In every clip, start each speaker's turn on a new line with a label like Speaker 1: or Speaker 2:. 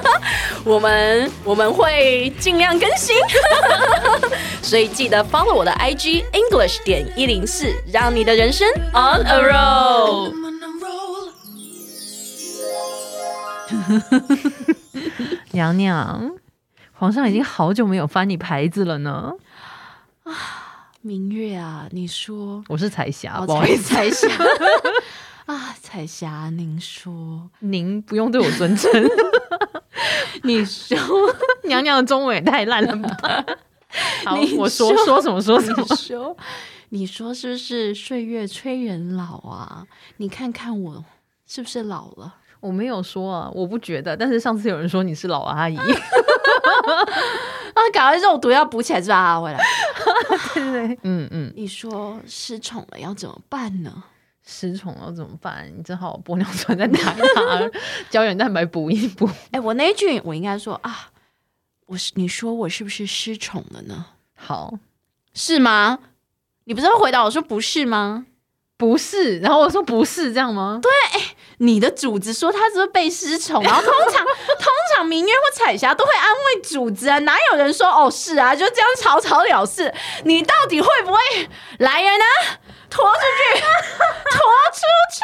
Speaker 1: 我们我们会尽量更新， 所以记得 follow 我的 IG English 点一零四，让你的人生 on a
Speaker 2: I'm
Speaker 1: roll。
Speaker 2: on a roll.
Speaker 3: 娘娘，皇上已经好久没有翻你牌子了呢。
Speaker 1: 明月啊，你说，
Speaker 3: 我是彩霞，
Speaker 1: 哦
Speaker 3: 不好意思，
Speaker 1: 彩彩霞 啊，彩霞，您说，
Speaker 3: 您不用对我尊称。你说， 娘娘的中文也太烂了吧？ 好
Speaker 1: 你，
Speaker 3: 我说
Speaker 1: 说
Speaker 3: 说什么说什么
Speaker 1: 你。说，你说是不是岁月催人老啊？你看看我是不是老了？
Speaker 3: 我没有说啊，我不觉得。但是上次有人说你是老阿 姨，
Speaker 1: 啊，赶快肉毒要补起来，是吧？啊回来，
Speaker 3: 嗯嗯，
Speaker 1: 你说失宠了要怎么办呢？
Speaker 3: 失宠了怎么办？你只好玻尿酸再打一打，啊 胶原蛋白补一补。
Speaker 1: 哎、我那一句我应该说啊，我是你说我是不是失宠了呢？
Speaker 3: 好，
Speaker 1: 是吗？你不是会回答我说不是吗？
Speaker 3: 不是。然后我说不是这样吗？对，
Speaker 1: 你的主子说他是不是被失宠，然后通常 通常明月或彩霞都会安慰主子啊，哪有人说哦是啊，就这样草草了事？你到底会不会来人啊？拖出 去，拖出去！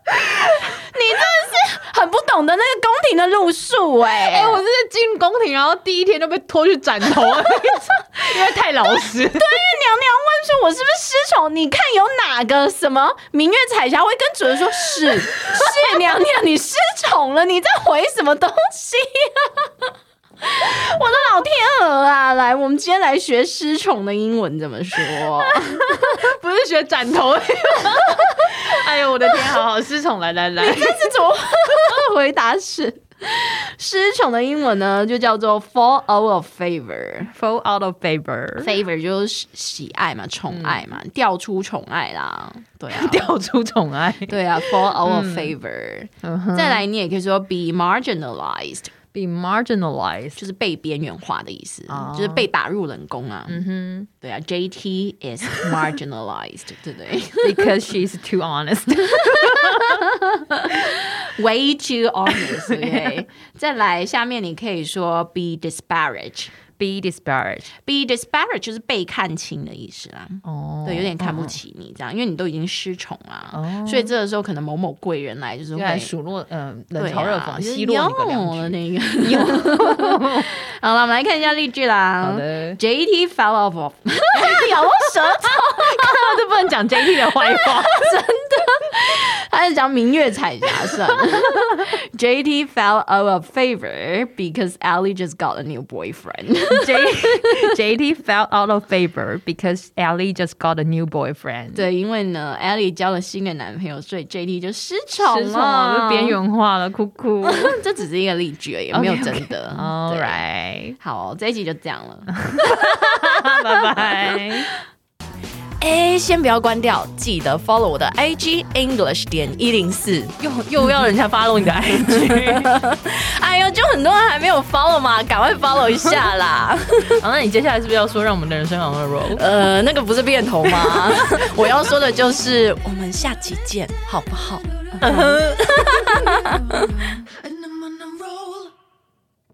Speaker 1: 你真的是很不懂得那个宫廷的路数哎、
Speaker 3: 哎、我真是进宫廷，然后第一天就被拖去斩头了那 种，因为太老实。
Speaker 1: 哎娘娘问说：“我是不是失宠？”你看有哪个什么明月彩霞会跟主人说：“ 是是，娘娘你失宠了？你在回什么东西、 我的老天鹅啊！来，我们今天来学失宠的英文怎么说？
Speaker 3: 不是学斩头。 哎呦，我的天，好好失宠，来来来，
Speaker 1: 但是怎么回答是失宠的英文呢？就叫做 fall out of favor。
Speaker 3: fall out of favor，
Speaker 1: favor 就是喜爱嘛，宠爱嘛，掉出宠爱啦。对 啊，
Speaker 3: 掉出宠爱。
Speaker 1: 对啊，fall out of favor、
Speaker 3: 嗯哼
Speaker 1: 再来，你也可以说 be marginalized，
Speaker 3: be marginalized，
Speaker 1: 就是被边缘化的意思
Speaker 3: 哦
Speaker 1: 就是被打入冷宫啊。
Speaker 3: 嗯哼。
Speaker 1: 对啊，JT is marginalized，对不对
Speaker 3: because she's too honest。
Speaker 1: ？Way too honest，对不对？再来，下面你可以说 be disparage。
Speaker 3: Be disparaged。
Speaker 1: be disparage 就是被看轻的意思啦，
Speaker 3: 哦
Speaker 1: 对，有点看不起你这样，因为你都已经失宠啦，
Speaker 3: 哦
Speaker 1: 所以这个时候可能某某贵人来就是
Speaker 3: 就
Speaker 1: 会
Speaker 3: 来数落，嗯，冷
Speaker 1: 对
Speaker 3: 嘲热
Speaker 1: 啊
Speaker 3: 讽，
Speaker 1: 就是
Speaker 3: 奚落你个两
Speaker 1: 哟
Speaker 3: 句。
Speaker 1: 那个 好了，我们来看一下例句啦。
Speaker 3: 好的
Speaker 1: JT 啊 fell off，of- 哎咬我舌头。
Speaker 3: 那就不能讲 JT 的坏 话。
Speaker 1: 还是讲明月彩霞算 了。JT fell out of favor because Ali just got a new boyfriend。
Speaker 3: J JT fell out of favor because Ellie just got a new boyfriend。
Speaker 1: 对，因为呢，Ali 交了新的男朋友，所以 JT 就失宠了，
Speaker 3: 失宠了，被边。缘化了，哭 哭。
Speaker 1: 这只是一个例句而已，没有真的。
Speaker 3: All
Speaker 1: 对
Speaker 3: right，
Speaker 1: 好，这一集就这样了。
Speaker 3: 拜拜。
Speaker 1: 哎，先不要关掉，记得 follow 我的 IG English 点一零四。
Speaker 3: 又又要人家 follow 你的 IG。
Speaker 1: 哎呦，就很多人还没有 follow 嘛，赶快 follow 一下 啦。
Speaker 3: 好，啊那你接下来是不是要说让我们的人生 on a roll？
Speaker 1: 呃，那个不是变头吗？ 我要说的就是，我们下期见，好不好？
Speaker 2: And